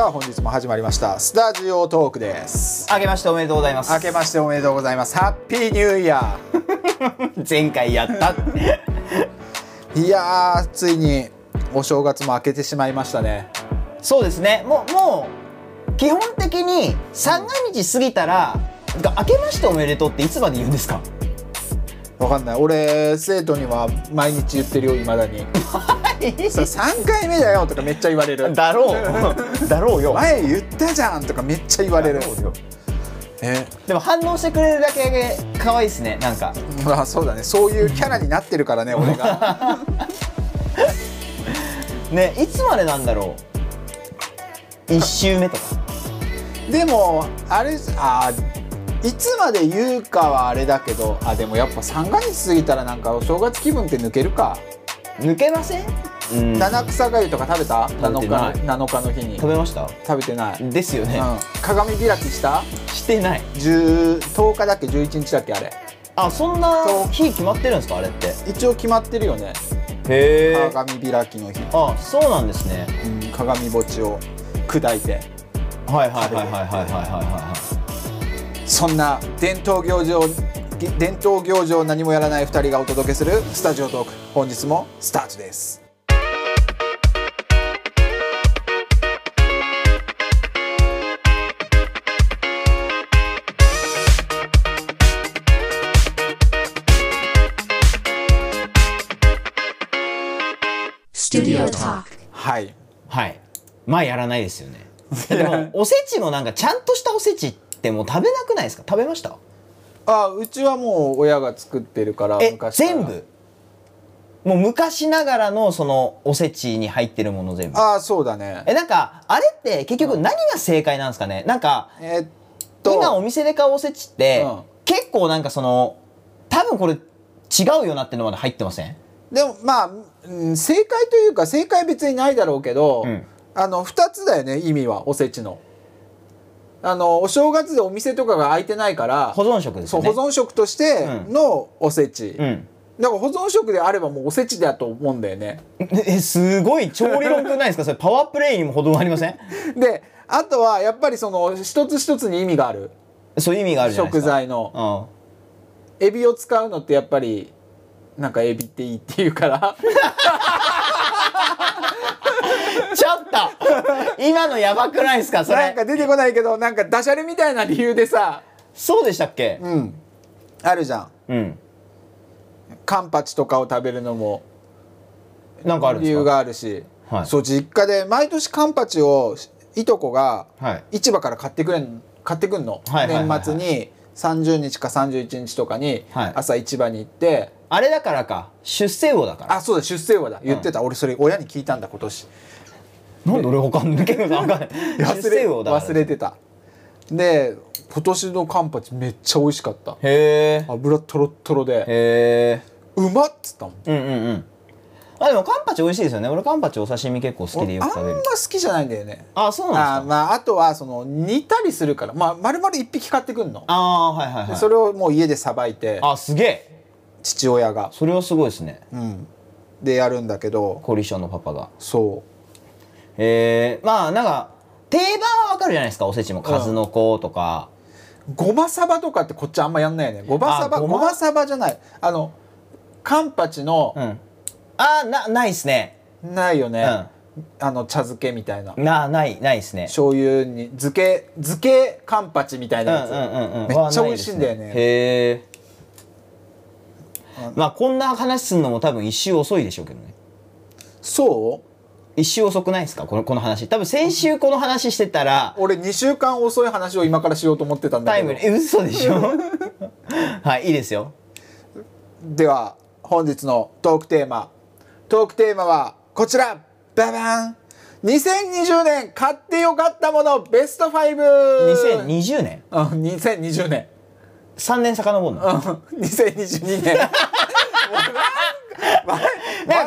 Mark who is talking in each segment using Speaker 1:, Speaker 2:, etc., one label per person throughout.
Speaker 1: あ本日も始まりましたスタジオトークです
Speaker 2: 明けましておめでとうございます
Speaker 1: 明けましておめでとうございますハッピーニューイヤ
Speaker 2: 前回や った
Speaker 1: ーいやーついにお正月も明けてしまいましたね
Speaker 2: そうですねもうもう基本的に三が日過ぎたらが明けましておめでとうっていつまで言うんです か
Speaker 1: わかんない俺生徒には毎日言ってるよいまだにさ3回目だよとかめっちゃ言われる
Speaker 2: だろうだろうよ
Speaker 1: 前言ったじゃんとかめっちゃ言われる
Speaker 2: だろうよ
Speaker 1: え
Speaker 2: でも反応してくれるだけ可愛いですねなんか
Speaker 1: まあそうだねそういうキャラになってるからね俺が
Speaker 2: ねいつまでなんだろう1周目とか
Speaker 1: でもあれあいつまで言うかはあれだけどあでもやっぱ三が日過ぎたらなんかお正月気分って抜けるか、
Speaker 2: 抜けませんうん
Speaker 1: 七草がゆとか食べた
Speaker 2: 食べてない
Speaker 1: 7日の7日の日に
Speaker 2: 食べました
Speaker 1: 食べてない、うん、
Speaker 2: ですよね、
Speaker 1: 鏡開きした
Speaker 2: してない
Speaker 1: 10, 10日だっけ11日だっけあれ
Speaker 2: あそんな
Speaker 1: そう
Speaker 2: 日決まってるんですかあれって
Speaker 1: 一応決まってるよね
Speaker 2: へえ
Speaker 1: 鏡開きの日、
Speaker 2: あそうなんですね
Speaker 1: うん、鏡餅を砕いて
Speaker 2: はいはいはいはいはいはいはいはい
Speaker 1: そんな伝統行事を伝統行事を何もやらない2人がお届けするスタジオトーク本日もスタートですはい
Speaker 2: はいまあやらないですよねで もおせちもなんかちゃんとしたおせちってもう食べなくないですか食べました
Speaker 1: あうちはもう親が作ってるから
Speaker 2: え
Speaker 1: 昔から
Speaker 2: 全部もう昔ながらのそのおせちに入ってるもの全部
Speaker 1: ああそうだね
Speaker 2: えなんかあれって結局何が正解なんですかねなんか
Speaker 1: えっと
Speaker 2: 今お店で買うおせちって
Speaker 1: うん
Speaker 2: 結構なんかその多分これ違うよなってのまで入ってません
Speaker 1: でもまあ、うん、正解というか正解別にないだろうけど、
Speaker 2: うん
Speaker 1: あの2つだよね意味はおせちの。あのお正月でお店とかが開いてないから
Speaker 2: 保存食です
Speaker 1: そう
Speaker 2: よ
Speaker 1: 保
Speaker 2: ね
Speaker 1: 存食としてのおせち、
Speaker 2: うん
Speaker 1: だから保存食であればもうおせちだと思うんだよね。
Speaker 2: えすごい調理論くないですかそれパワープレイにも程がありません
Speaker 1: であとはやっぱりその一つ一つに意味がある
Speaker 2: そういう意味があるじゃないで
Speaker 1: 食
Speaker 2: すか
Speaker 1: 材の。
Speaker 2: 食
Speaker 1: エビを使うのってやっぱりなんかエビっていいっていうから
Speaker 2: 材、うん、ちょっと今のやばくないですかそ
Speaker 1: なん
Speaker 2: れ
Speaker 1: か出てこないけどなんかダジャレみたいな理由でさ、
Speaker 2: そうでしたっけ
Speaker 1: うん、あるじゃん。
Speaker 2: うん
Speaker 1: カンパチとかを食べるのも
Speaker 2: なんかあるん
Speaker 1: 理
Speaker 2: です
Speaker 1: 由
Speaker 2: か
Speaker 1: があるし、
Speaker 2: はい
Speaker 1: そう実家で毎年カンパチをいとこが
Speaker 2: はい
Speaker 1: 市場から買ってくれん買ってくんの、
Speaker 2: はいはいはいはい
Speaker 1: 年末に30日か31日とかに
Speaker 2: はい
Speaker 1: 朝市場に行って、
Speaker 2: あれだからか出世魚だから
Speaker 1: あそうだ出世魚だ言ってた、俺それ親に聞いたんだ今年
Speaker 2: なんで俺他の抜けるの分かんない出
Speaker 1: 忘
Speaker 2: 世
Speaker 1: れ
Speaker 2: 魚だから
Speaker 1: 忘れてたで今年のカンパチめっちゃ美味しかった
Speaker 2: へー
Speaker 1: 油トロットロで
Speaker 2: へ
Speaker 1: うまっつったもん
Speaker 2: ーうんうんうんあでもカンパチ美味しいですよね俺カンパチお刺身結構好きで
Speaker 1: 俺
Speaker 2: よ
Speaker 1: あん
Speaker 2: く
Speaker 1: ま
Speaker 2: 食べる
Speaker 1: 好きじゃないんだよね
Speaker 2: あそうな
Speaker 1: あ
Speaker 2: ん
Speaker 1: ー
Speaker 2: ですか
Speaker 1: まああとはその煮たりするからまあ丸々一匹買ってくんの、
Speaker 2: ああーはいはい
Speaker 1: で
Speaker 2: はい
Speaker 1: それをもう家でさばいて
Speaker 2: あすげえ
Speaker 1: 父親が、
Speaker 2: それはすごいですね
Speaker 1: うん、でやるんだけど
Speaker 2: コリショのパパが
Speaker 1: そ
Speaker 2: えー、まあなんか定番はわかるじゃないですかおせちも数の子とか、
Speaker 1: うごまさばとかってこっちあんまやんないよねごまさば
Speaker 2: あ
Speaker 1: ご
Speaker 2: ごま
Speaker 1: まさばじゃないあのカンパチの
Speaker 2: うんあーなないっすね
Speaker 1: ないよね、あの茶漬けみたいな
Speaker 2: なないないっすね
Speaker 1: 醤油に漬け漬けカンパチみたい
Speaker 2: うん
Speaker 1: な
Speaker 2: う
Speaker 1: やつ、
Speaker 2: んうんうん
Speaker 1: めっちゃ美味しいんだよね
Speaker 2: わーないですへえまあこんな話すんのも多分一周遅いでしょうけどね
Speaker 1: そう
Speaker 2: 一周遅くないですかこのこの話多分先週この話してたら
Speaker 1: 俺2週間遅い話を今からしようと思ってたんだ
Speaker 2: タ
Speaker 1: け
Speaker 2: イ
Speaker 1: ど
Speaker 2: ムえ嘘で しょはいいいですよ
Speaker 1: では本日のトークテーマトークテーマはこちらババン2020年買ってよかったものベスト 5!
Speaker 2: 2020年
Speaker 1: あ2020年
Speaker 2: 3年遡るの
Speaker 1: うん2022年
Speaker 2: なんか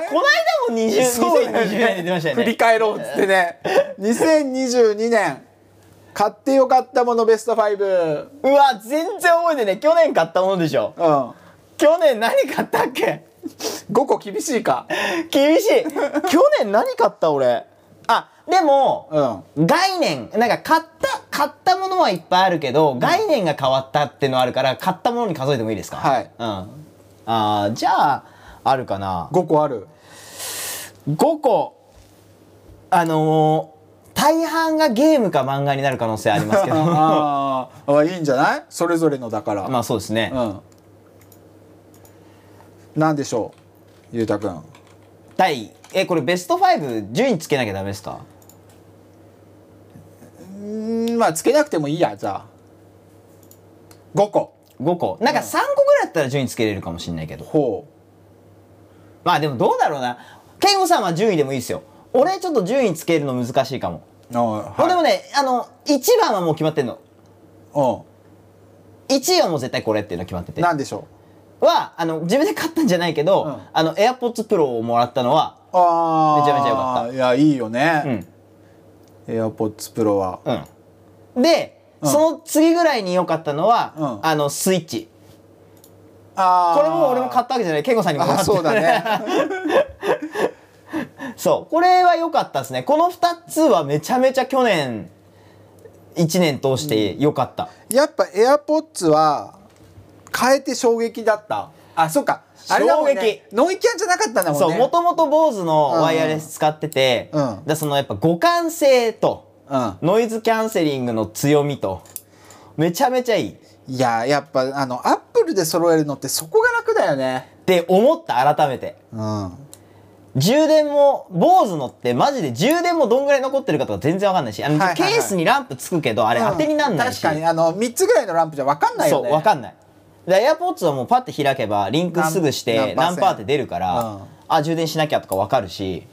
Speaker 2: この間も20 2020年で出ましたよ
Speaker 1: 振
Speaker 2: ね
Speaker 1: り返ろうっつってね2022年買ってよかったものベスト5、
Speaker 2: うわ全然覚えてねえ去年買ったものでしょ
Speaker 1: うん、5
Speaker 2: 去年何買ったっけ
Speaker 1: 個厳しいか
Speaker 2: 厳しい去年何買った俺あでも、
Speaker 1: うん
Speaker 2: 概念なんか買った買ったものはいっぱいあるけど、概念が変わったってのあるから買ったものに数えてもいいですか
Speaker 1: はい
Speaker 2: うんあーじゃああるかな
Speaker 1: 5個ある
Speaker 2: 5個あのー大半がゲームか漫画になる可能性あります けど
Speaker 1: あーあいいんじゃないそれぞれのだから、
Speaker 2: まあそうですね、
Speaker 1: うんなんでしょうゆうたくん
Speaker 2: 第えこれベスト5順位つけなきゃダメですか
Speaker 1: うんまあつけなくてもいいやじゃあ5個
Speaker 2: 5個なんか3個ぐらいだったら順位つけれるかもしれないけど
Speaker 1: ほ
Speaker 2: まあでもどうだろうな健吾さんは順位でもいいですよ俺ちょっと順位つけるの難しいかも、
Speaker 1: うあ、
Speaker 2: もうでも
Speaker 1: ね
Speaker 2: ねあの1番はもう決まってんの1位はもう絶対これっていうのは決まって
Speaker 1: うん
Speaker 2: て
Speaker 1: なんでしょ
Speaker 2: はあの自分で買ったんじゃないけど、
Speaker 1: うん
Speaker 2: あの AirPods Pro をもらったのは
Speaker 1: うああ
Speaker 2: めちゃめちゃよかった
Speaker 1: いやいいよ
Speaker 2: う
Speaker 1: ね、
Speaker 2: ん
Speaker 1: エアポッツプロは
Speaker 2: うんで、
Speaker 1: うん
Speaker 2: その次ぐらいに良かったのは、
Speaker 1: うん
Speaker 2: あのスイッチ
Speaker 1: あー
Speaker 2: これも俺も買ったわけじゃない健吾さんにも買っ
Speaker 1: あ
Speaker 2: た
Speaker 1: そうだね
Speaker 2: そうこれは良かったですねこの2つはめちゃめちゃ去年1年通して良かった、
Speaker 1: やっぱエアポッツは変えて衝撃だったあそっかあれだもん
Speaker 2: 衝撃
Speaker 1: ねノイキャンじゃなかったんだもんね
Speaker 2: そうもともと BOSE のワイヤレス使ってて、
Speaker 1: うん
Speaker 2: でそのやっぱ互換性と
Speaker 1: うん
Speaker 2: ノイズキャンセリングの強みとめちゃめちゃいいっ
Speaker 1: いややっぱあのアップルで揃えるのってそこが楽だよね
Speaker 2: て思った改めて
Speaker 1: うん
Speaker 2: 充電も BOSE のってマジで充電もどんぐらい残ってるかとか全然わかんないしあの、
Speaker 1: はいはいはい
Speaker 2: ケースにランプつくけどあれ当てになんないし、
Speaker 1: 確かにあの3つぐらいのランプじゃ分かんないよ
Speaker 2: そ
Speaker 1: ね
Speaker 2: うわか
Speaker 1: ん
Speaker 2: んないで AirPods はもうパッて開けばリンクすぐして
Speaker 1: 何何パーセン
Speaker 2: 何パーって出るから、
Speaker 1: うん
Speaker 2: あ充電しなきゃとかわかるし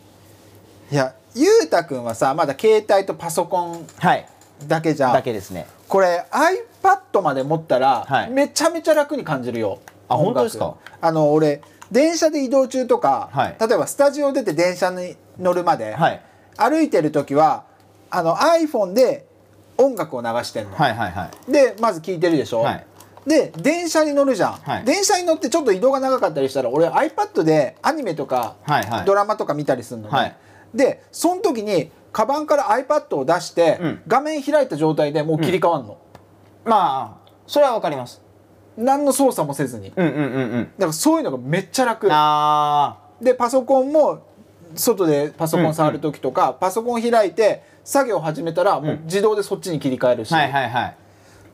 Speaker 1: いやゆうたくんはさまだ携帯とパソコン
Speaker 2: はい
Speaker 1: だけじゃ
Speaker 2: だ
Speaker 1: ん
Speaker 2: けですね
Speaker 1: これ iPad まで持ったら、
Speaker 2: はい
Speaker 1: めちゃめちゃ楽に感じるよ
Speaker 2: あ
Speaker 1: 音楽
Speaker 2: 本当ですか
Speaker 1: あの俺電車で移動中とか、
Speaker 2: はい
Speaker 1: 例えばスタジオ出て電車に乗るまで、
Speaker 2: はい
Speaker 1: 歩いてる時はあの iPhone で音楽を流してんの、
Speaker 2: はいはいはい
Speaker 1: でまず聞いてるでしょ、
Speaker 2: はい
Speaker 1: で電車に乗るじゃん、
Speaker 2: はい
Speaker 1: 電車に乗ってちょっと移動が長かったりしたら俺 iPad でアニメとか、
Speaker 2: はいはい
Speaker 1: ドラマとか見たりするのね、
Speaker 2: はい
Speaker 1: でその時にカバンから iPad を出して、
Speaker 2: うん
Speaker 1: 画面開いた状態でもう切り替わんの、
Speaker 2: まあそれはわかります
Speaker 1: 何の操作もせずにだか
Speaker 2: うんうんうんうん
Speaker 1: らそういうのがめっちゃ楽
Speaker 2: あ
Speaker 1: でパソコンも外でパソコン触る時とか、パソコン開いて作業始めたらもう自動でそっちに切り替えるし、
Speaker 2: ーはいはいはい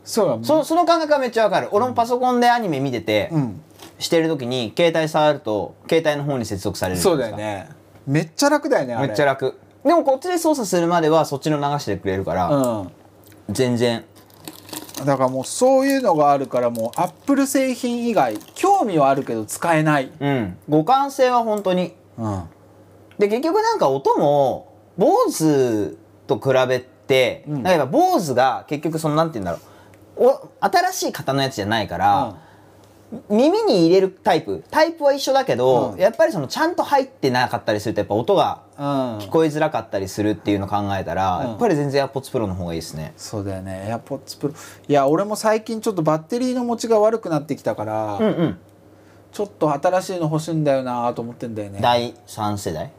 Speaker 1: そうなの
Speaker 2: そその感覚がめっちゃわかる俺もパソコンでアニメ見てて、
Speaker 1: うん
Speaker 2: してる時に携帯触ると携帯の方に接続されるじゃ
Speaker 1: そ
Speaker 2: ないうで
Speaker 1: だ
Speaker 2: す
Speaker 1: よ
Speaker 2: か
Speaker 1: ねめっちゃ楽だよねあれ
Speaker 2: めっちゃ楽でもこっちで操作するまではそっちの流してくれるから、
Speaker 1: うん
Speaker 2: 全然
Speaker 1: だからもうそういうのがあるからもうアップル製品以外興味はあるけど使えない、
Speaker 2: うん互換性は本当に
Speaker 1: うん、
Speaker 2: で結局なんか音も BOSE と比べて、
Speaker 1: うん
Speaker 2: なんかやっぱ BOSE が結局そのなんて言うんだろうお新しい型のやつじゃないから、耳に入れるタイプタイプは一緒だけど、
Speaker 1: うん
Speaker 2: やっぱりそのちゃんと入ってなかったりするとやっぱ音が
Speaker 1: うん、
Speaker 2: 聞こえづらかったりするっていうのを考えたら、
Speaker 1: うん
Speaker 2: やっぱり全然 AirPods Pro の方がいいですね。
Speaker 1: そうだよね AirPods Pro いや俺も最近ちょっとバッテリーの持ちが悪くなってきたから、
Speaker 2: うんうん、
Speaker 1: ちょっと新しいの欲しいんだよなと思ってんだよね
Speaker 2: 第3世代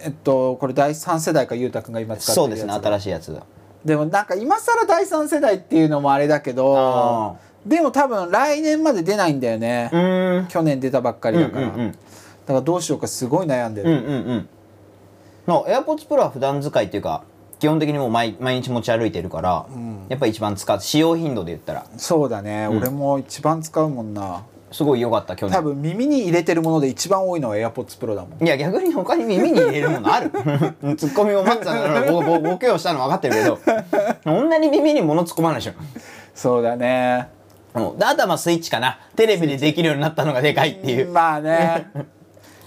Speaker 1: えっとこれ第3世代かゆうたくんが今使ってるやつ
Speaker 2: そうですね新しいやつが
Speaker 1: でもなんか今更第3世代っていうのもあれだけど
Speaker 2: あ
Speaker 1: でも多分来年まで出ないんだよね、
Speaker 2: うん
Speaker 1: 去年出たばっかりだから、
Speaker 2: うんうんうん
Speaker 1: だからどうしようかすごい悩んでる、
Speaker 2: うんうんうんの AirPods Pro は普段使いっていうか基本的にもう毎毎日持ち歩いてるから、やっぱ一番使う使用頻度で言ったら
Speaker 1: そうだね、俺も一番使うもんな
Speaker 2: すごい良かった去
Speaker 1: 多
Speaker 2: 年
Speaker 1: 分耳に入れてるもので一番多いのは AirPods Pro だもん
Speaker 2: いや逆に他に耳に入れるも のあるツッコミを待ってたんだからぼぼボケをしたの分かってるけどそんなに耳に物突っ込まないでしょ
Speaker 1: そうだね
Speaker 2: うんであとはまあスイッチかなテレビでできるようになったのがでかいっていう
Speaker 1: まあ ね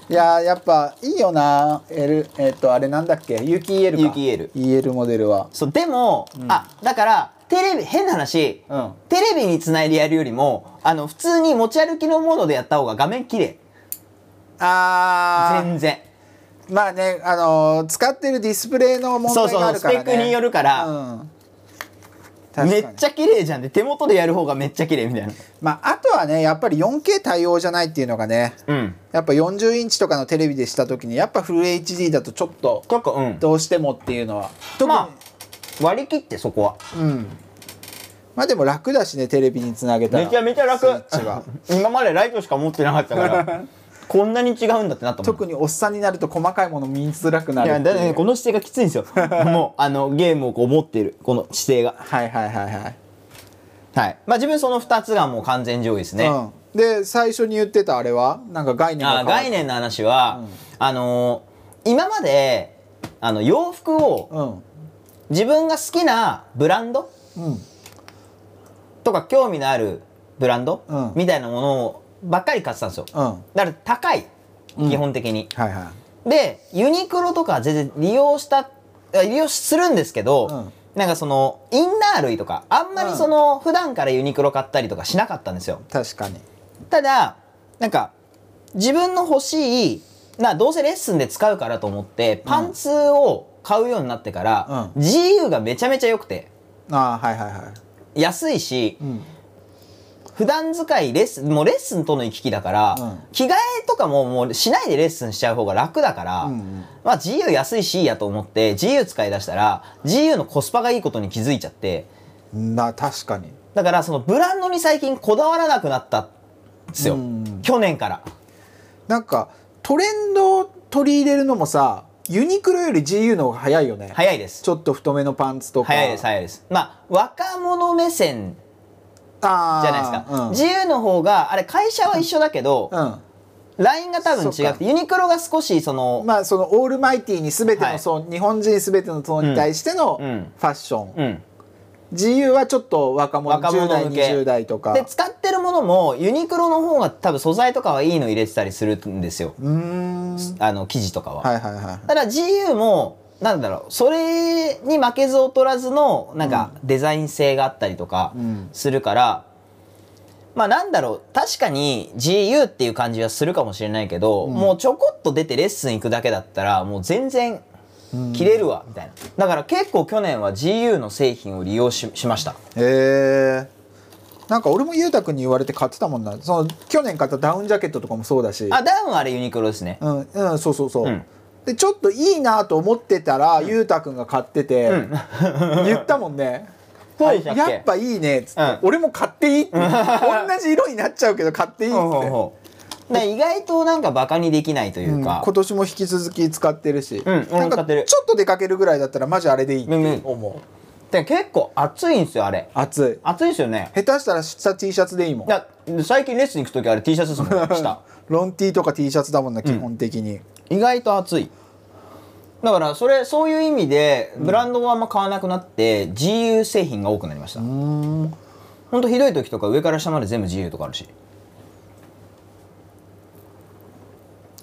Speaker 1: いややっぱいいよな、L、えっとあれなんだっけ有機 EL か
Speaker 2: 有機 EL
Speaker 1: EL モデルは
Speaker 2: そうでも、あだからテレビ変な話、
Speaker 1: うん
Speaker 2: テレビにつないでやるよりもあの普通に持ち歩きのモードでやった方が画面綺麗
Speaker 1: あ
Speaker 2: 全然
Speaker 1: まあね、あのー使ってるディスプレイの問
Speaker 2: そう
Speaker 1: 題
Speaker 2: そう
Speaker 1: があるからね。
Speaker 2: スペックによるから
Speaker 1: うん確か
Speaker 2: め
Speaker 1: に
Speaker 2: っちゃ綺麗じゃんで手元でやる方がめっちゃ綺麗みたいな
Speaker 1: まあ、あとはねやっぱり 4K 対応じゃないっていうのがね
Speaker 2: うん
Speaker 1: やっぱ40インチとかのテレビでした時にやっぱフル HD だとちょっと
Speaker 2: なんかうん
Speaker 1: どうしてもっていうのは特に
Speaker 2: まあ割り切ってそこは
Speaker 1: うんまあでも楽だしねテレビにつなげたら
Speaker 2: めちゃめちゃ楽
Speaker 1: スイッチが
Speaker 2: 今までライトしか持ってなかったから こんなに違うんだってなったもん
Speaker 1: 特におっさんになると細かいもの見づらくないる
Speaker 2: や
Speaker 1: って
Speaker 2: だ
Speaker 1: いう
Speaker 2: ってねこの姿勢がきついん ですよもうあのゲームをこう持っているこの姿勢が
Speaker 1: はいはいはいはい
Speaker 2: はいまあ自分その2つがもう完全上位ですね、
Speaker 1: うん、で最初に言ってたあれはなんか概念が
Speaker 2: あ
Speaker 1: 変
Speaker 2: ー
Speaker 1: わっ
Speaker 2: 概念の話は、あのー今まであの洋服を自分が好きなブランド
Speaker 1: うんうん
Speaker 2: とか興味のあるブランド、
Speaker 1: うん
Speaker 2: みたいなものをばっかり買ってたんですよ、
Speaker 1: うんはい
Speaker 2: だから高い基本的に、
Speaker 1: は
Speaker 2: でユニクロとか全然利用したあ利用するんですけど、
Speaker 1: うん
Speaker 2: なんかそのインナー類とかあんまりその、普段からユニクロ買ったりとかしなかったんですよ
Speaker 1: い確かに
Speaker 2: ただなんか自分の欲しいなどうせレッスンで使うからと思ってパンツを買うようになってから、
Speaker 1: う
Speaker 2: GU がめちゃめちゃ良くて
Speaker 1: ああはいはいはい
Speaker 2: 安いし
Speaker 1: うん
Speaker 2: 普段使いレッスンもうレッスンとの行き来だから、
Speaker 1: うん
Speaker 2: 着替えとかももうしないでレッスンしちゃう方が楽だから、
Speaker 1: うんうん
Speaker 2: まあ GU 安いしいいやと思って GU 使い出したら GU のコスパがいいことに気づいちゃって
Speaker 1: な確かに
Speaker 2: だからそのブランドに最近こだわらなくなったんですよ、
Speaker 1: うん
Speaker 2: 去年から
Speaker 1: なんかトレンドを取り入れるのもさユニクロより GU の方が早いよね
Speaker 2: 早いです
Speaker 1: ちょっと太めのパンツとか
Speaker 2: 早いです早いですまあ若者目線
Speaker 1: あー
Speaker 2: じゃないですか、
Speaker 1: うん
Speaker 2: GU の方があれ会社は一緒だけど、ラインが多分
Speaker 1: そ
Speaker 2: 違
Speaker 1: っ
Speaker 2: く
Speaker 1: か
Speaker 2: てユニクロが少しその、
Speaker 1: うんまあそのオールマイティーに全ての層、日本人全ての層に対してのフ
Speaker 2: うんうん
Speaker 1: ァッション、
Speaker 2: うん
Speaker 1: GU はちょっと若者
Speaker 2: 若者向け
Speaker 1: 10代20代とか
Speaker 2: で使ってるものもユニクロの方が多分素材とかはいいの入れてたりするんですよ
Speaker 1: うーんはい
Speaker 2: あの生地とかは、
Speaker 1: はいはい
Speaker 2: ただ GU もなんだろうそれに負けず劣らずのなんかデザイン性があったりとか
Speaker 1: うん
Speaker 2: するから、まあなんだろう確かに GU っていう感じはするかもしれないけど、もうちょこっと出てレッスン行くだけだったらもう全然切れるわみたいなだから結構去年は GU の製品を利用ししました
Speaker 1: へえなんか俺も裕太君に言われて買ってたもんなその去年買ったダウンジャケットとかもそうだし
Speaker 2: あダウンはあれユニクロですね
Speaker 1: うん、うん、そうそうそう、
Speaker 2: うん
Speaker 1: でちょっといいなと思ってたら裕太、くん、君が買ってて、 言ったもんね
Speaker 2: そうでしたっけ
Speaker 1: やっぱいいねっつって、
Speaker 2: うん
Speaker 1: 俺も買っていいって 同じ色になっちゃうけど買っていいっつって、
Speaker 2: ほうほうほうね意外となんかバカにできないという
Speaker 1: うん
Speaker 2: か、
Speaker 1: 今年も引き続き使ってるし、
Speaker 2: ん俺も
Speaker 1: なん
Speaker 2: 使
Speaker 1: か
Speaker 2: っ
Speaker 1: ち
Speaker 2: て
Speaker 1: ょ
Speaker 2: る
Speaker 1: っと出かけるぐらいだったらマジあれでいいって思う、
Speaker 2: で結構暑いんですよあれ
Speaker 1: 暑い
Speaker 2: 暑いですよね
Speaker 1: 下手したら下 T シャツでいいもん
Speaker 2: だ最近レッスン行く時あれ T シャツですもん 下
Speaker 1: ロン T とか T シャツだもんな、基本的に
Speaker 2: 意外と暑いだからそれそういう意味でブランドをあんま買わなくなって、GU 製品が多くなりましたほんとひどい時とか上から下まで全部 GU とかあるし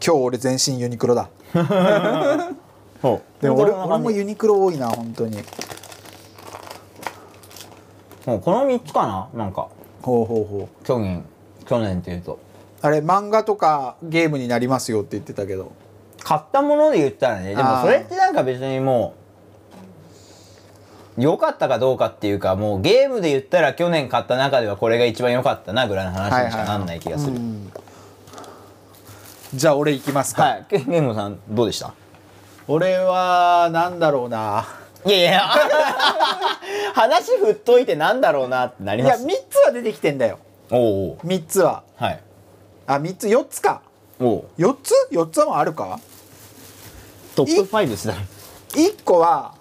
Speaker 1: 今日俺全身ユニクロだ
Speaker 2: ほう
Speaker 1: でも俺俺もユニクロ多いな本当に
Speaker 2: もうこの3つかななんか
Speaker 1: ほうほうほう
Speaker 2: 去年去年っていうと
Speaker 1: あれ漫画とかゲームになりますよって言ってたけど
Speaker 2: 買ったもので言ったらねでも
Speaker 1: あー
Speaker 2: それってなんか別にもう良かったかどうかっていうかもうゲームで言ったら去年買った中ではこれが一番良かったなぐらいの話にしかなんない気がする
Speaker 1: じゃあ俺行きますか、
Speaker 2: はいゲームさんどうでした
Speaker 1: 俺はなんだろうない
Speaker 2: やいや話振っといてなんだろうなってないりま
Speaker 1: や
Speaker 2: す
Speaker 1: 3つは出てきてんだよ
Speaker 2: おうおう
Speaker 1: 3つは
Speaker 2: はい
Speaker 1: あ3つ4つか
Speaker 2: おう
Speaker 1: 4つ ?4 つはもうあるか
Speaker 2: トップ5ですね
Speaker 1: 1個は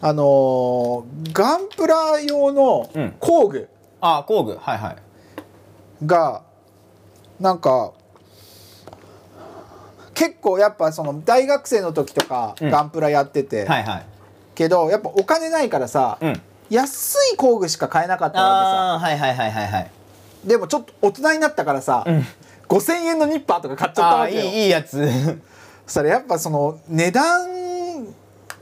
Speaker 1: あのーガンプラ用の
Speaker 2: うん
Speaker 1: 工具
Speaker 2: ああ工具はいはい
Speaker 1: が、なんか結構やっぱその大学生の時とか
Speaker 2: うん
Speaker 1: ガンプラやってて、
Speaker 2: はいはい
Speaker 1: けどやっぱお金ないからさ、
Speaker 2: うん
Speaker 1: 安い工具しか買えなかったわ
Speaker 2: ああはいはいはいはいはい
Speaker 1: けさでもちょっと大人になったからさ、5,000円のニッパーとか買っちゃった
Speaker 2: あ
Speaker 1: わ
Speaker 2: あ
Speaker 1: けよ
Speaker 2: ーいいいいやつ
Speaker 1: そしたらやっぱその値段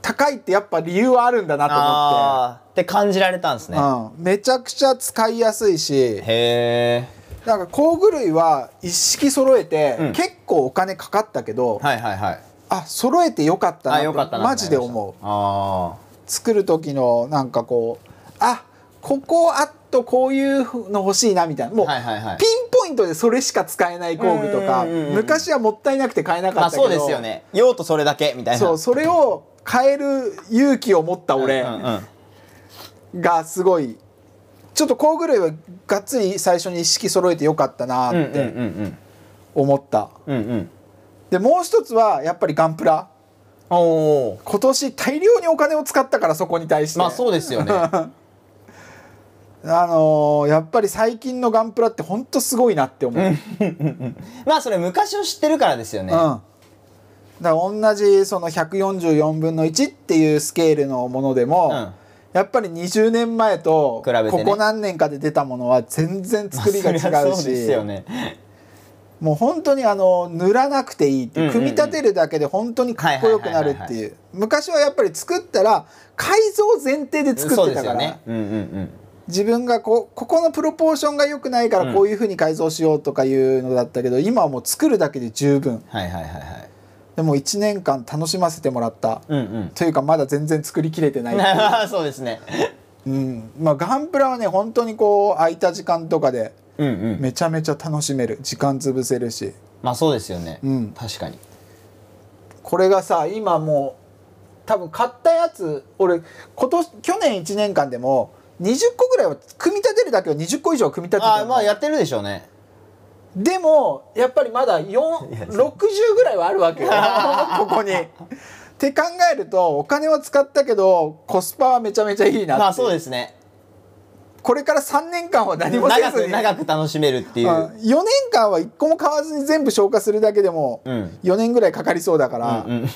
Speaker 1: 高いってやっぱ理由はあるんだなと思って。
Speaker 2: ああって感じられたんですね
Speaker 1: うん、めちゃくちゃ使いやすいし
Speaker 2: へえ
Speaker 1: なんか工具類は一式揃えて、
Speaker 2: うん
Speaker 1: 結構お金かかったけど、
Speaker 2: はいはいはい
Speaker 1: あ揃えてよかったな
Speaker 2: あ
Speaker 1: って
Speaker 2: よかったな
Speaker 1: マジで思う
Speaker 2: あ
Speaker 1: 作る時のなんかこうあここあっとこういうの欲しいなみたいなもう、
Speaker 2: はいはいはい
Speaker 1: ピンポイントでそれしか使えない工具とか
Speaker 2: うんうんうんうん
Speaker 1: 昔はもったいなくて買えな
Speaker 2: ま
Speaker 1: か
Speaker 2: あ
Speaker 1: ったけど、
Speaker 2: そうですよね用途それだけみたいな
Speaker 1: そうそれを変える勇気を持った俺
Speaker 2: うんうん
Speaker 1: がすごいちょっと工具類はがっつり最初に一式揃えてよかったな
Speaker 2: うん
Speaker 1: っ
Speaker 2: うんう
Speaker 1: て
Speaker 2: ん
Speaker 1: 思った。
Speaker 2: うんうんうん
Speaker 1: でもう一つはやっぱりガンプラ
Speaker 2: おお
Speaker 1: 今年大量にお金を使ったからそこに対して、
Speaker 2: まあそうで すよね
Speaker 1: あのーやっぱり最近のガンプラってほんとすごいなって思う、うん
Speaker 2: まあそれ昔を知ってるからですよね
Speaker 1: だから同じその144分の1っていうスケールのものでも、
Speaker 2: うん
Speaker 1: やっぱり20年前と
Speaker 2: 比べてね
Speaker 1: ここ何年かで出たものは全然作りが違うし、
Speaker 2: まあそりゃそうですよね
Speaker 1: もう本当にあの塗らなくていいっていう
Speaker 2: うんうんうん
Speaker 1: 組み立てるだけで本当にかっこよくなるっ
Speaker 2: はいはい
Speaker 1: て
Speaker 2: はい
Speaker 1: いう昔はやっぱり作ったら改造前提で作
Speaker 2: そ
Speaker 1: っ
Speaker 2: う
Speaker 1: てた
Speaker 2: です
Speaker 1: か
Speaker 2: よ
Speaker 1: ら、
Speaker 2: ねうんうん
Speaker 1: 自分がこうここのプロポーションが良くないからこういうふうに改造しようとかいうのだったけど、今はもう作るだけで十分
Speaker 2: うんはいはいはいはい
Speaker 1: でも1年間楽しませてもらった、
Speaker 2: うんうん
Speaker 1: というかまだ全然作りきれてない
Speaker 2: そうですね
Speaker 1: うんまあガンプラはね本当にこう空いた時間とかで
Speaker 2: うんうん
Speaker 1: めちゃめちゃ楽しめる時間潰せるし
Speaker 2: まあそうですよね
Speaker 1: うん
Speaker 2: 確かに
Speaker 1: これがさ今もう多分買ったやつ俺今年去年1年間でも20個ぐらいは組み立てるだけは20個以上は組み立ててる
Speaker 2: ああまあやってるでしょうね
Speaker 1: でもやっぱりまだ460ぐらいはあるわけよ ここに。って考えるとお金は使ったけどコスパはめちゃめちゃいいなって、
Speaker 2: まあそうですね
Speaker 1: これから3年間は何もせ
Speaker 2: 長
Speaker 1: ず
Speaker 2: く
Speaker 1: に、
Speaker 2: 長く楽しめるっていううん
Speaker 1: 4年間は1個も買わずに全部消化するだけでも
Speaker 2: うん
Speaker 1: 4年ぐらいかかりそうだから、
Speaker 2: うんうん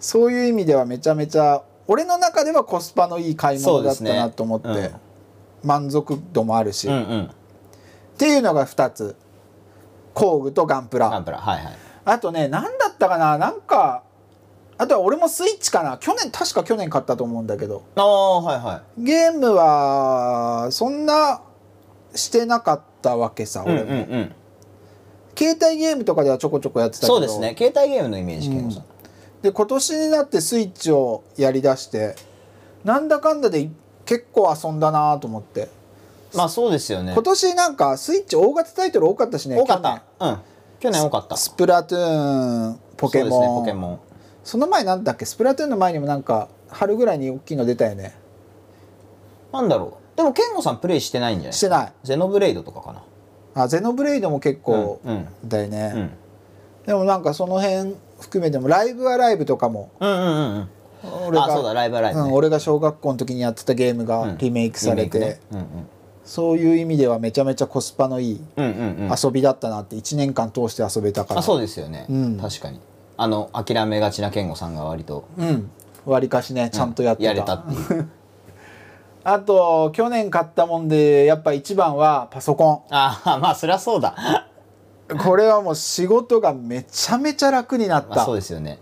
Speaker 1: そういう意味ではめちゃめちゃ俺の中ではコスパのいい買い物だった
Speaker 2: そうです
Speaker 1: な
Speaker 2: ね
Speaker 1: と思って、
Speaker 2: うん
Speaker 1: 満足度もあるし、
Speaker 2: う
Speaker 1: っ
Speaker 2: んうん
Speaker 1: ていうのが2つ工具とガンプラ
Speaker 2: ガンプラはいはい
Speaker 1: あとね何だったかななんかあとは俺もスイッチかな去年確か去年買ったと思うんだけど
Speaker 2: ああはいはい
Speaker 1: ゲームはそんなしてなかったわけさ
Speaker 2: うん
Speaker 1: 俺
Speaker 2: う
Speaker 1: も、
Speaker 2: んうん
Speaker 1: 携帯ゲームとかではちょこちょこやってたけど
Speaker 2: そうですね携帯ゲームのイメージ健吾さん
Speaker 1: で今年になってスイッチをやりだしてなんだかんだで結構遊んだなと思って
Speaker 2: まあそうですよね
Speaker 1: 今年なんかスイッチ大型タイトル多かったしね
Speaker 2: 多かっ
Speaker 1: 去年
Speaker 2: たうん去年多かった
Speaker 1: スプラトゥーンポケ
Speaker 2: そうですね
Speaker 1: モン
Speaker 2: ポケモン
Speaker 1: その前なんだっけスプラトゥーンの前にもなんか春ぐらいに大きいの出たよね
Speaker 2: なんだろうでも健吾さんプレイしてないんじゃない
Speaker 1: してない
Speaker 2: ゼノブレイドとかかな
Speaker 1: あゼノブレイドも結構
Speaker 2: うん
Speaker 1: だよね、
Speaker 2: うんうん
Speaker 1: でもなんかその辺含めてもライブアライブとかも
Speaker 2: うんうんうんうん
Speaker 1: 俺が
Speaker 2: あそうだライブアライブね
Speaker 1: うん俺が小学校の時にやってたゲーム
Speaker 2: う
Speaker 1: が
Speaker 2: ん
Speaker 1: リメイクされて、
Speaker 2: リメイクね
Speaker 1: そういう意味ではめちゃめちゃコスパのいい
Speaker 2: うんうんうんうんうん
Speaker 1: 遊びだったなって1年間通して遊べたから
Speaker 2: あそうですよね
Speaker 1: うん
Speaker 2: 確かにあの諦めがちな健吾さんが割と
Speaker 1: うん割かしねちゃんとやってた,、
Speaker 2: やれたっていう
Speaker 1: あと去年買ったもんでやっぱ一番はパソコ
Speaker 2: ああまあそりゃそうだ
Speaker 1: ンこれはもう仕事がめちゃめちゃ楽になっ
Speaker 2: まあ
Speaker 1: た
Speaker 2: そうですよね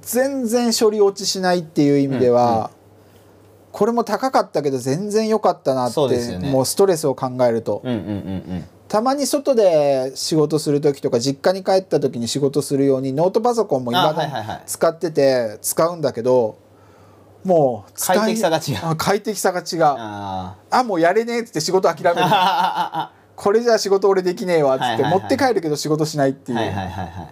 Speaker 1: 全然処理落ちしないっていう意味では、これも高かったけど全然良かったなって
Speaker 2: そうですよね
Speaker 1: もうストレスを考えると
Speaker 2: うんうんうん
Speaker 1: たまに外で仕事する時とか実家に帰った時に仕事するようにノートパソコンも
Speaker 2: うん
Speaker 1: 今
Speaker 2: あ
Speaker 1: だ
Speaker 2: はい
Speaker 1: に
Speaker 2: はいはい
Speaker 1: 使ってて使うんだけどもう使い
Speaker 2: 快適さが違う
Speaker 1: あ快適さが違う
Speaker 2: あ
Speaker 1: あもうやれねえっつって仕事諦め
Speaker 2: ーあ
Speaker 1: る
Speaker 2: あ
Speaker 1: これじゃあ仕事俺できねえわっつ
Speaker 2: は
Speaker 1: っ
Speaker 2: い
Speaker 1: て
Speaker 2: はいは
Speaker 1: 持
Speaker 2: い
Speaker 1: って帰るけど仕事しないって
Speaker 2: あ
Speaker 1: い
Speaker 2: はいは
Speaker 1: う
Speaker 2: いはいはい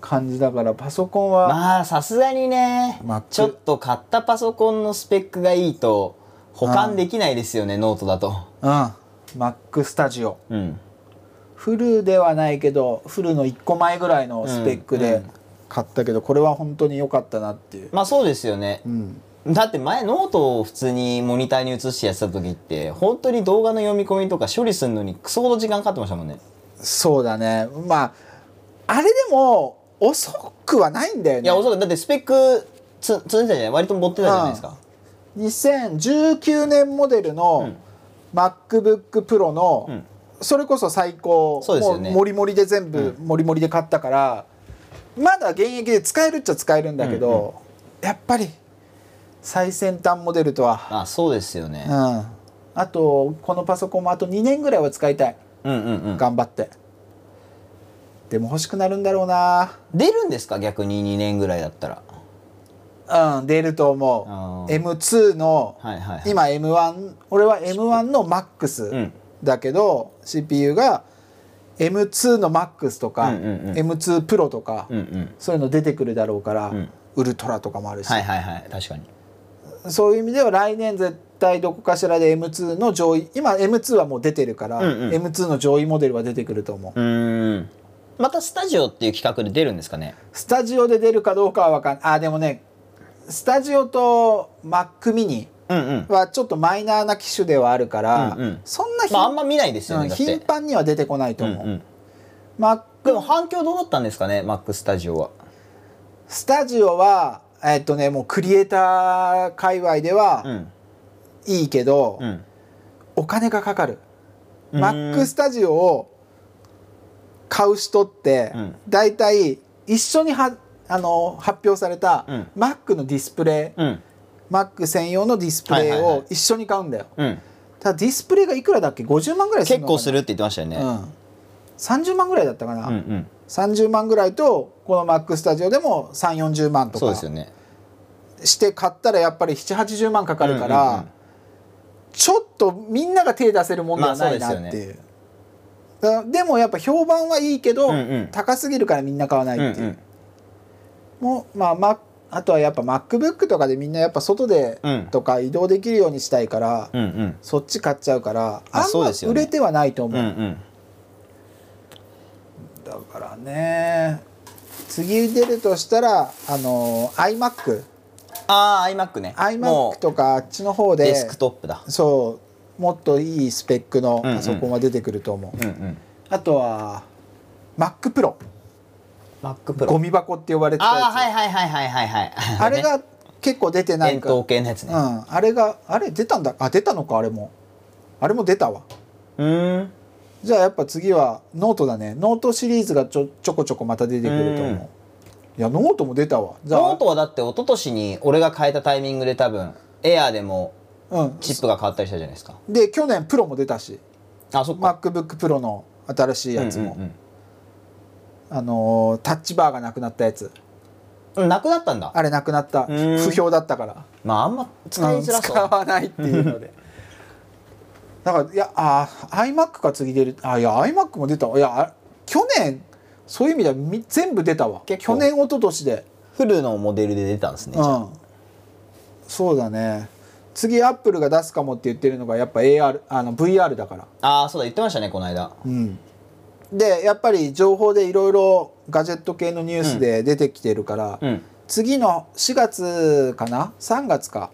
Speaker 1: 感じだからパソコンは
Speaker 2: まあさすがにね
Speaker 1: Mac
Speaker 2: ちょっと買ったパソコンのスペックがいいと保管できないですよねノートだと
Speaker 1: うん Mac スタジオ
Speaker 2: うん
Speaker 1: フルではないけどフルの1個前ぐらいのスペック
Speaker 2: う
Speaker 1: で
Speaker 2: んうん
Speaker 1: 買ったけどこれは本当に良かったなっていう、
Speaker 2: まあそうですよね
Speaker 1: うん、
Speaker 2: だって前ノートを普通にモニターに映してやってた時って本当に動画の読み込みとか処理するのにクソほど時間かかってましたもんね
Speaker 1: そうだねまああれでも遅くはないんだよ
Speaker 2: い
Speaker 1: ね
Speaker 2: やおそらくだってスペックつ積んでたじゃない割と持ってたじゃないですか
Speaker 1: 2019年モデルの MacBookPro の、
Speaker 2: ん
Speaker 1: それこそ最高
Speaker 2: そうですよね
Speaker 1: もうモリモリで全部モリモリで買ったから、まだ現役で使えるっちゃ使えるんだけど、やっぱり最先端モデルとは、
Speaker 2: まあそうですよ
Speaker 1: うん、
Speaker 2: ね
Speaker 1: あとこのパソコンもあと2年ぐらいは使いたい
Speaker 2: うんうんうん
Speaker 1: 頑張って、でも欲しくなるんだろうな
Speaker 2: 出るんですか逆に2年ぐらいだったら
Speaker 1: うん、出ると思
Speaker 2: あ
Speaker 1: う
Speaker 2: ー
Speaker 1: M2 の、
Speaker 2: はいはいはい
Speaker 1: 今 M1 俺は M1 の MAX
Speaker 2: ん
Speaker 1: だけど、CPU が M2 の MAX とか、
Speaker 2: うんうんうん
Speaker 1: M2 プロとか、
Speaker 2: うんうん
Speaker 1: そういうの出てくるだろうから、
Speaker 2: ん
Speaker 1: ウルトラとかもあるし、
Speaker 2: はいはいはい確かに
Speaker 1: そういう意味では来年絶対どこかしらで M2 の上位今 M2 はもう出てるから、
Speaker 2: うんうん
Speaker 1: M2 の上位モデルは出てくると思う、
Speaker 2: うーんまたスタジオっていう企画で出るんですかね
Speaker 1: スタジオで出るかどうかは分かんないあでもねスタジオと Mac mini
Speaker 2: うんうん
Speaker 1: はちょっとマイナーな機種ではあるから、
Speaker 2: うんうん
Speaker 1: そんな頻
Speaker 2: まああんま見ないですよ
Speaker 1: う
Speaker 2: ね
Speaker 1: ん
Speaker 2: だって
Speaker 1: 頻繁には出てこないと
Speaker 2: うん
Speaker 1: 思う、
Speaker 2: うん
Speaker 1: マック
Speaker 2: でも反響どうだったんですかねマックスタジオは
Speaker 1: スタジオはえっとねもうクリエイター界隈で
Speaker 2: う
Speaker 1: は
Speaker 2: ん
Speaker 1: いいけど、
Speaker 2: うん
Speaker 1: お金がかかる、
Speaker 2: うん
Speaker 1: マックスタジオを買う人って、
Speaker 2: うん
Speaker 1: だいたい一緒にはあの発表された
Speaker 2: うん
Speaker 1: Mac のディスプレイ、
Speaker 2: うん
Speaker 1: Mac 専用のディスプレイ
Speaker 2: はいはいは
Speaker 1: を
Speaker 2: い
Speaker 1: 一緒に買うんだよ、
Speaker 2: うん
Speaker 1: ただディスプレイがいくらだっけ50万ぐらいする
Speaker 2: 結
Speaker 1: のかな
Speaker 2: 構するって言ってましたよね
Speaker 1: うん、30万ぐらいだったかな、
Speaker 2: うんうん
Speaker 1: 30万ぐらいとこの Mac スタジオでも3 4 0万と
Speaker 2: そう
Speaker 1: か
Speaker 2: ですよね
Speaker 1: して買ったらやっぱり780万かかるから、
Speaker 2: うんうんうん
Speaker 1: ちょっとみんなが手出せるもんではないな
Speaker 2: まあそう
Speaker 1: っ
Speaker 2: で
Speaker 1: て
Speaker 2: す
Speaker 1: いう,、だでもやっぱ評判はいいけど、
Speaker 2: うんうん
Speaker 1: 高すぎるからみんな買わないっていう、
Speaker 2: うんうん
Speaker 1: もうまあ、まあとはやっぱ MacBook とかでみんなやっぱ外で
Speaker 2: うん
Speaker 1: とか移動できるようにしたいから、
Speaker 2: うんうん
Speaker 1: そっち買っちゃうからあん
Speaker 2: そう
Speaker 1: ま
Speaker 2: ですよ
Speaker 1: 売
Speaker 2: ね
Speaker 1: れてはないと思
Speaker 2: う
Speaker 1: う、
Speaker 2: んうん
Speaker 1: だからね次出るとしたらあの iMac
Speaker 2: ああ iMac ね
Speaker 1: iMac
Speaker 2: もう
Speaker 1: とかあっちの方で
Speaker 2: デスクトップだ
Speaker 1: そうもっといいスペックの
Speaker 2: うんうん
Speaker 1: パソコンは出てくると思う、
Speaker 2: うんうん
Speaker 1: あとは MacPro
Speaker 2: MacPro
Speaker 1: ゴミ箱って呼ばれてたやつ
Speaker 2: ああはいはいはいはいはいはい
Speaker 1: あれが結構出てない
Speaker 2: 円
Speaker 1: から、
Speaker 2: 筒系のやつ
Speaker 1: う
Speaker 2: ね
Speaker 1: ん、あれがあれ出たんだあ出たのかあれもあれも出たわ
Speaker 2: うーん
Speaker 1: じゃあやっぱ次はノートだねノートシリーズがちょちょこちょこまた出てくると思う、
Speaker 2: うん
Speaker 1: いやノートも出たわじゃあ
Speaker 2: ノートはだって一昨年に俺が変えたタイミングで多分エアーでも
Speaker 1: うん
Speaker 2: チップが変わったりしたじゃないですか
Speaker 1: で去年プロも出たし
Speaker 2: あそっか
Speaker 1: MacBookPro の新しいやつも、
Speaker 2: うんうん
Speaker 1: あのータッチバーがなくなったやつ
Speaker 2: うんうんなくなったんだ
Speaker 1: あれなくなった
Speaker 2: うーん
Speaker 1: 不評だったから
Speaker 2: まああんま使いづら
Speaker 1: 使
Speaker 2: そう
Speaker 1: わないって いうのでだからいやあー iMac が次出るあいや iMac も出たわいやあ去年そういう意味ではみ全部出たわ
Speaker 2: 結
Speaker 1: 去
Speaker 2: 構
Speaker 1: 年一昨年で
Speaker 2: フルのモデルで出たんですねじ
Speaker 1: う
Speaker 2: ゃあ
Speaker 1: んそうだね次アップルが出すかもって言ってるのがやっぱ AR あの VR だから
Speaker 2: ああそうだ言ってましたねこの間
Speaker 1: うんでやっぱり情報でいろいろガジェット系のニュースで出てきてるから、
Speaker 2: うん
Speaker 1: 次の4月かな3月か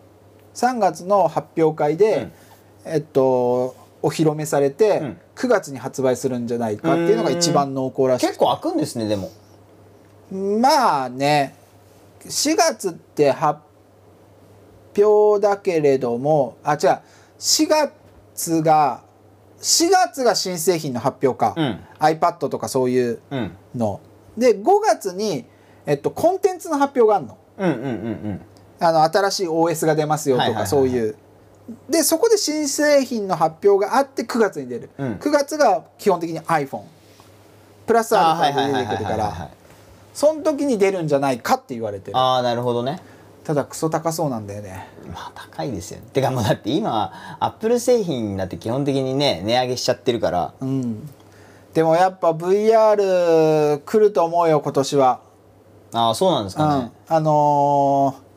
Speaker 1: 3月の発表会で、えっとお披露目されて、
Speaker 2: うん
Speaker 1: 9月に発売するんじゃないかっていうのが一番濃厚らし
Speaker 2: 結
Speaker 1: い
Speaker 2: 構開くんですねでも
Speaker 1: まあね4月って発表だけれどもあ違う4月が4月が新製品の発表か、
Speaker 2: うん
Speaker 1: iPad とかそういう
Speaker 2: うん
Speaker 1: ので5月に、えっと、コンテンツの発表があるの。
Speaker 2: うんうんうん
Speaker 1: あの新しい OS が出ますよと
Speaker 2: はいはい
Speaker 1: か
Speaker 2: はい
Speaker 1: そういう。でそこで新製品の発表があって9月に出る、
Speaker 2: うん
Speaker 1: 9月が基本的に iPhone プラスアルファで出てくるか
Speaker 2: あーはいはいはいはいはいは
Speaker 1: ら
Speaker 2: い
Speaker 1: その時に出るんじゃないかって言われてる
Speaker 2: ああなるほどね
Speaker 1: ただクソ高そうなんだよね
Speaker 2: まあ高いですよ、ね、てかもうだって今アップル製品だって基本的にね値上げしちゃってるから
Speaker 1: うんでもやっぱ VR 来ると思うよ今年は、
Speaker 2: ああそうなんです
Speaker 1: うん
Speaker 2: かね
Speaker 1: あのー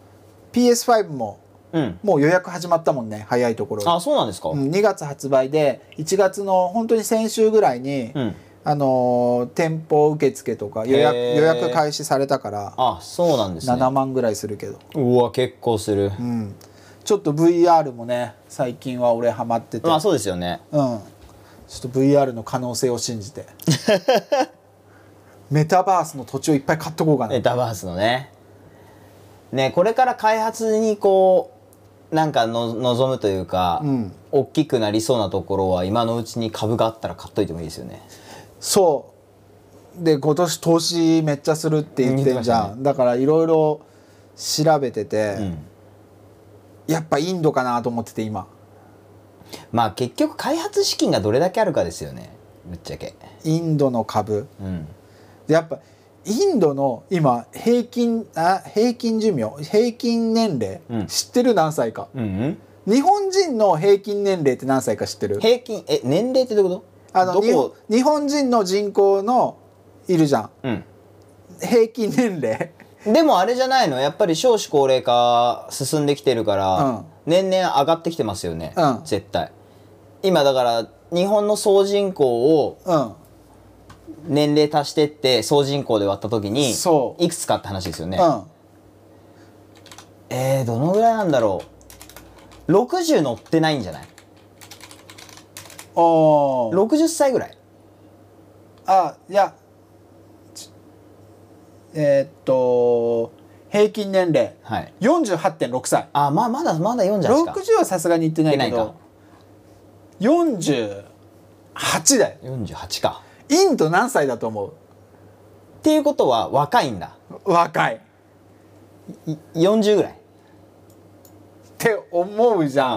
Speaker 1: PS5 も
Speaker 2: うん、
Speaker 1: もう予約始まったもんね早いところで
Speaker 2: ああそうなんですか、
Speaker 1: うん、2月発売で1月の本当に先週ぐらいに、
Speaker 2: うん
Speaker 1: あのー店舗受付とか予約
Speaker 2: へー
Speaker 1: 予約開始されたから
Speaker 2: あそうなんですね
Speaker 1: 7万ぐらいするけど、
Speaker 2: うわ結構する、
Speaker 1: うん、ちょっと VR もね最近は俺ハマってて、
Speaker 2: まあ
Speaker 1: うん、ちょ
Speaker 2: そうですよね
Speaker 1: っと VR の可能性を信 じてメタバースの土地をいっぱい買っとこうかな
Speaker 2: メタバースのねねこれから開発にこうなんかの望むというか、
Speaker 1: うん
Speaker 2: 大きくなりそうなところは今のうちに株があったら買っといてもいいですよね
Speaker 1: そうで今年投資めっちゃするって言ってんじゃ
Speaker 2: 言ってまし
Speaker 1: ん、だからいろいろ調べてて、
Speaker 2: うん
Speaker 1: やっぱインドかなと思ってて今
Speaker 2: まあ結局開発資金がどれだけあるかですよねぶっちゃけ
Speaker 1: インドの株
Speaker 2: うん
Speaker 1: でやっぱインドの今平均あ平均寿命平均年齢、
Speaker 2: うん
Speaker 1: 知ってる何歳か
Speaker 2: うんうん
Speaker 1: 日本人の平均年齢って何歳か知ってる
Speaker 2: 平均え年齢ってどういうこと
Speaker 1: あの
Speaker 2: どこ
Speaker 1: に日本人の人口のいるじゃん
Speaker 2: うん
Speaker 1: 平均年齢
Speaker 2: でもあれじゃないのやっぱり少子高齢化進んできてるから、
Speaker 1: うん
Speaker 2: 年々上がってきてますよね、
Speaker 1: うん
Speaker 2: 絶対今だから日本の総人口を
Speaker 1: うん
Speaker 2: 年齢足してって総人口で割った時に
Speaker 1: そ
Speaker 2: いくつかって話ですよね、
Speaker 1: うん
Speaker 2: えー、どのぐらいなんだろう60乗ってないんじゃない
Speaker 1: おー
Speaker 2: 60歳ぐらい
Speaker 1: あいやちえーっと平均年齢
Speaker 2: はい
Speaker 1: 48.6歳
Speaker 2: あまあまだまだ4じゃないですか
Speaker 1: 60はさすがにいってないけど48だよ
Speaker 2: 48か
Speaker 1: インド何歳だと思う
Speaker 2: っていうことは若いんだ
Speaker 1: 若いっ
Speaker 2: い40ぐらい
Speaker 1: て思うじゃ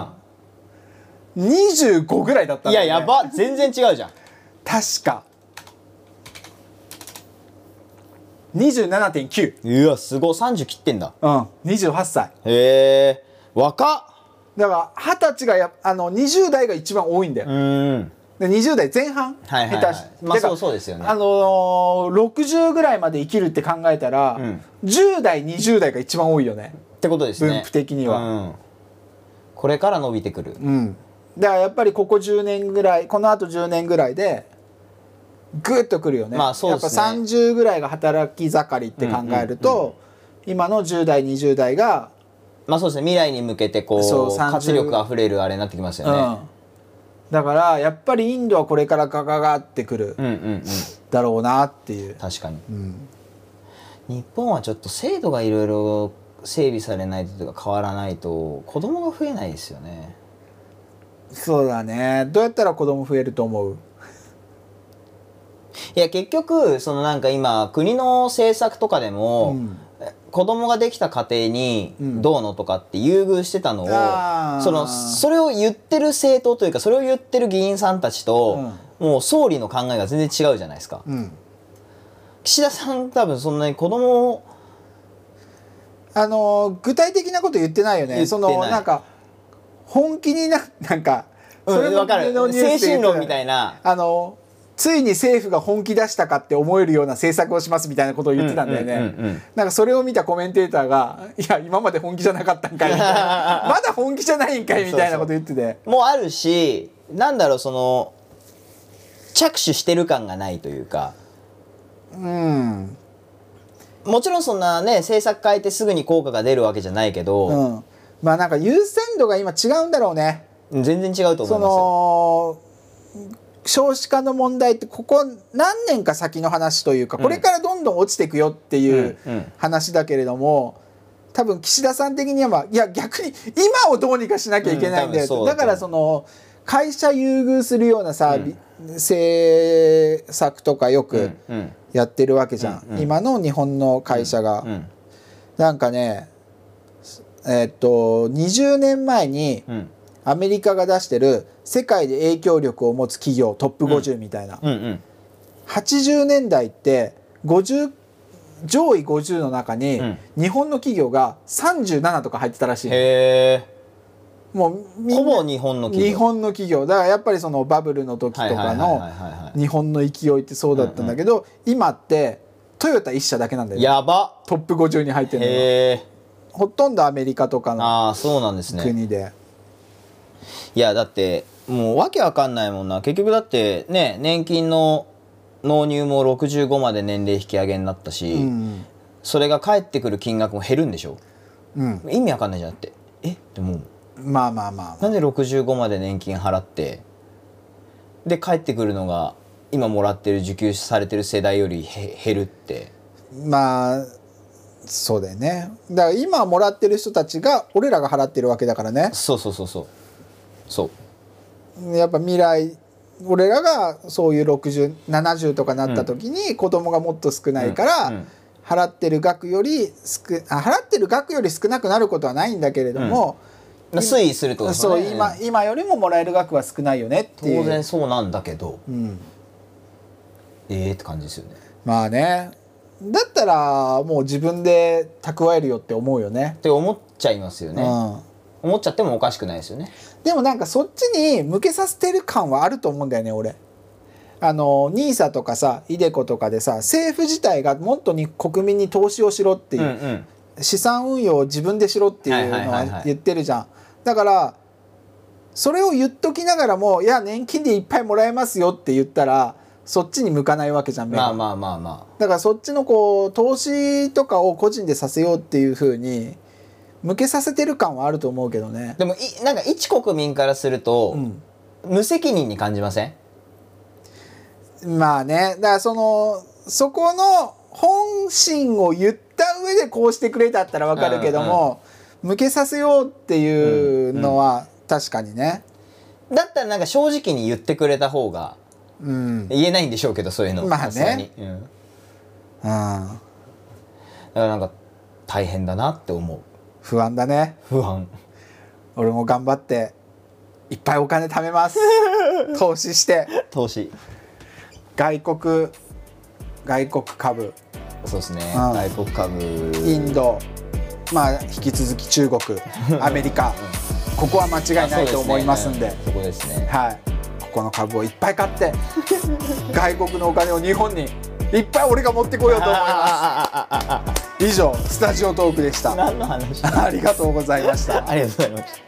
Speaker 1: ん、25ぐらいだった
Speaker 2: い
Speaker 1: んだよ
Speaker 2: や
Speaker 1: ね
Speaker 2: やば全然違うじゃん
Speaker 1: 確か27.9
Speaker 2: いやすごい30切ってんだ
Speaker 1: うん28歳
Speaker 2: へえ若っ
Speaker 1: だから二十歳がやあの20代が一番多いんだよ、
Speaker 2: うん
Speaker 1: で20代前半
Speaker 2: はいはいは
Speaker 1: 下手
Speaker 2: い
Speaker 1: し
Speaker 2: まあ
Speaker 1: だから
Speaker 2: そうそうですよね
Speaker 1: あのー、60ぐらいまで生きるって考えたら、
Speaker 2: うん
Speaker 1: 10代20代が一番多いよね
Speaker 2: ってことですね
Speaker 1: 分布的には
Speaker 2: うんこれから伸びてくる
Speaker 1: うんだからやっぱりここ10年ぐらいこのあと10年ぐらいでグッとくるよね,、
Speaker 2: まあそうですね
Speaker 1: やっぱ30ぐらいが働き盛りって考えると、今の10代20代が、
Speaker 2: まあそうですね未来に向けてこ
Speaker 1: そう
Speaker 2: う
Speaker 1: 30
Speaker 2: 活力あふれるあれになってきます
Speaker 1: う
Speaker 2: よね
Speaker 1: ん、だからやっぱりインドはこれからガガガってくる
Speaker 2: うんうんうん
Speaker 1: だろうなっていう、
Speaker 2: 確かに
Speaker 1: うん
Speaker 2: 日本はちょっと制度がいろいろ整備されないというか変わらないと子供が増えないですよね
Speaker 1: そうだねどうやったら子供増えると思う
Speaker 2: いや結局そのなんか今国の政策とかでも、
Speaker 1: うん
Speaker 2: 子供ができた家庭に
Speaker 1: うん
Speaker 2: どうのとかって優遇してたのを、
Speaker 1: あー
Speaker 2: そのそれを言ってる政党というかそれを言ってる議員さんたちと、もう総理の考えが全然違うじゃないですか
Speaker 1: うん
Speaker 2: 岸田さん多分そんなに子供を
Speaker 1: あのー具体的なこと言ってないよ
Speaker 2: 言ってな
Speaker 1: ね
Speaker 2: い
Speaker 1: そのなんか本気にななんかそれ
Speaker 2: うん
Speaker 1: も
Speaker 2: わかる
Speaker 1: 胸のニュー
Speaker 2: 精
Speaker 1: スで言って
Speaker 2: 神論みたいな
Speaker 1: あのついに政府が本気出したかって思えるような政策をしますみたいなことを言ってたんだよね、
Speaker 2: うんうんうんうん
Speaker 1: なんかそれを見たコメンテーターが「いや今まで本気じゃなかったんかい」みたい な「まだ本気じゃないんかい」みたいなこと言ってて
Speaker 2: もうあるしなんだろうその着手してる感がないというか
Speaker 1: うん、
Speaker 2: もちろんそんなね政策変えてすぐに効果が出るわけじゃないけ
Speaker 1: う
Speaker 2: ど、
Speaker 1: ん、まあなんか優先度が今違うんだろうね
Speaker 2: 全然違うと思
Speaker 1: そ
Speaker 2: いますよ
Speaker 1: の少子化の問題ってここ何年か先の話というかこれからどんどん落ちていくよっていう
Speaker 2: うんうん
Speaker 1: 話だけれども多分岸田さん的にはまあいや逆に今をどうにかしなきゃいけないんだよ
Speaker 2: うん多分そう
Speaker 1: と
Speaker 2: だと思う
Speaker 1: だからその会社優遇するようなサービ、政策とかよく
Speaker 2: うんうん
Speaker 1: やってるわけじゃん、
Speaker 2: うんうん
Speaker 1: 今の日本の会社が。
Speaker 2: うん
Speaker 1: なんかねえっと20年前に、
Speaker 2: うん
Speaker 1: アメリカが出してる世界で影響力を持つ企業トップ50みたいな、
Speaker 2: うんうん
Speaker 1: 80年代って50上位50の中に
Speaker 2: うん
Speaker 1: 日本の企業が37とか入ってたらしい、
Speaker 2: へえ
Speaker 1: もうみんな
Speaker 2: ほぼ日本の企
Speaker 1: 日
Speaker 2: 業
Speaker 1: 本の企業だからやっぱりそのバブルの時とか
Speaker 2: はいはいはいはいは
Speaker 1: の
Speaker 2: い
Speaker 1: 日本の勢いってそうだったんだけど、今ってトヨタ1社だけなんだよね
Speaker 2: やば
Speaker 1: トップ50に入ってるのが
Speaker 2: へえ
Speaker 1: ほとんどアメリカとかの
Speaker 2: ああそうなんですね
Speaker 1: 国で、
Speaker 2: いやだってもうわけわかんないもんな結局だってね年金の納入も65まで年齢引き上げになったし、
Speaker 1: うん
Speaker 2: それが返ってくる金額も減るんでしょ
Speaker 1: うん、
Speaker 2: 意味わかんないじゃんだってえってもう
Speaker 1: まあまあまあ、ま
Speaker 2: なんで65まで年金払ってで返ってくるのが今もらってる受給されてる世代よりへ減るって
Speaker 1: あ、まあそうだよねだから今もらってる人たちが俺らが払ってるわけだからね
Speaker 2: そうそうそうそうそう
Speaker 1: やっぱ未来俺らがそういう6070とかなった時に子供がもっと少ないか
Speaker 2: うんう
Speaker 1: ら
Speaker 2: ん
Speaker 1: 払ってる額より少あ払ってる額より少なくなることはないんだけれども、
Speaker 2: まあ推移するってことです
Speaker 1: そ
Speaker 2: よ
Speaker 1: う
Speaker 2: ね
Speaker 1: 今今よりももらえる額は少ないよねっていう
Speaker 2: 当然そうなんだけど
Speaker 1: うん、
Speaker 2: ええって感じですよね
Speaker 1: まあねだったらもう自分で蓄えるよって思うよね。
Speaker 2: て思っちゃいますよね、
Speaker 1: うん
Speaker 2: 思っちゃってもおかしくないですよね
Speaker 1: でもなんかそっちに向けさせてる感はあると思うんだよね俺。あの NISA とかさ iDeCo とかでさ政府自体がもっとに国民に投資をしろっていう、
Speaker 2: うんうん
Speaker 1: 資産運用を自分でしろっていうの
Speaker 2: はいはいはいは
Speaker 1: はい言ってるじゃん。だからそれを言っときながらも「いや年金でいっぱいもらえますよ」って言ったらそっちに向かないわけじゃん目が
Speaker 2: まあまあまあま
Speaker 1: だからそっちのこう投資とかを個人でさせようっていうふうに向けさせてる感はあると思うけどね
Speaker 2: あ。でもいなんか一国民からすると
Speaker 1: う、ん
Speaker 2: 無責任に感じません
Speaker 1: まあねだからそのそこの本心を言った上でこうしてくれだったらわかるけども、向けさせようっていうのは確かにね、
Speaker 2: だったらなんか正直に言ってくれた方が
Speaker 1: うん
Speaker 2: 言えないんでしょうけどそういうの
Speaker 1: まあね
Speaker 2: さすがにうん、だ
Speaker 1: うん、
Speaker 2: からなんか大変だなって思う
Speaker 1: 不安だね
Speaker 2: 不安
Speaker 1: 俺も頑張っていっぱいお金貯め ます投資して
Speaker 2: 投資
Speaker 1: 外国外国株
Speaker 2: そうですね
Speaker 1: うん
Speaker 2: 外国株
Speaker 1: インドまあ引き続き 中国アメリカここは間違いないと思いますんで
Speaker 2: そこですね
Speaker 1: はいここの株をいっぱい買って外国のお金を日本にいっぱい俺が持ってこようと思いま
Speaker 2: ああああああああ
Speaker 1: す以上スタジオトークでした
Speaker 2: 何の話
Speaker 1: ありがとうございました
Speaker 2: ありがとうございました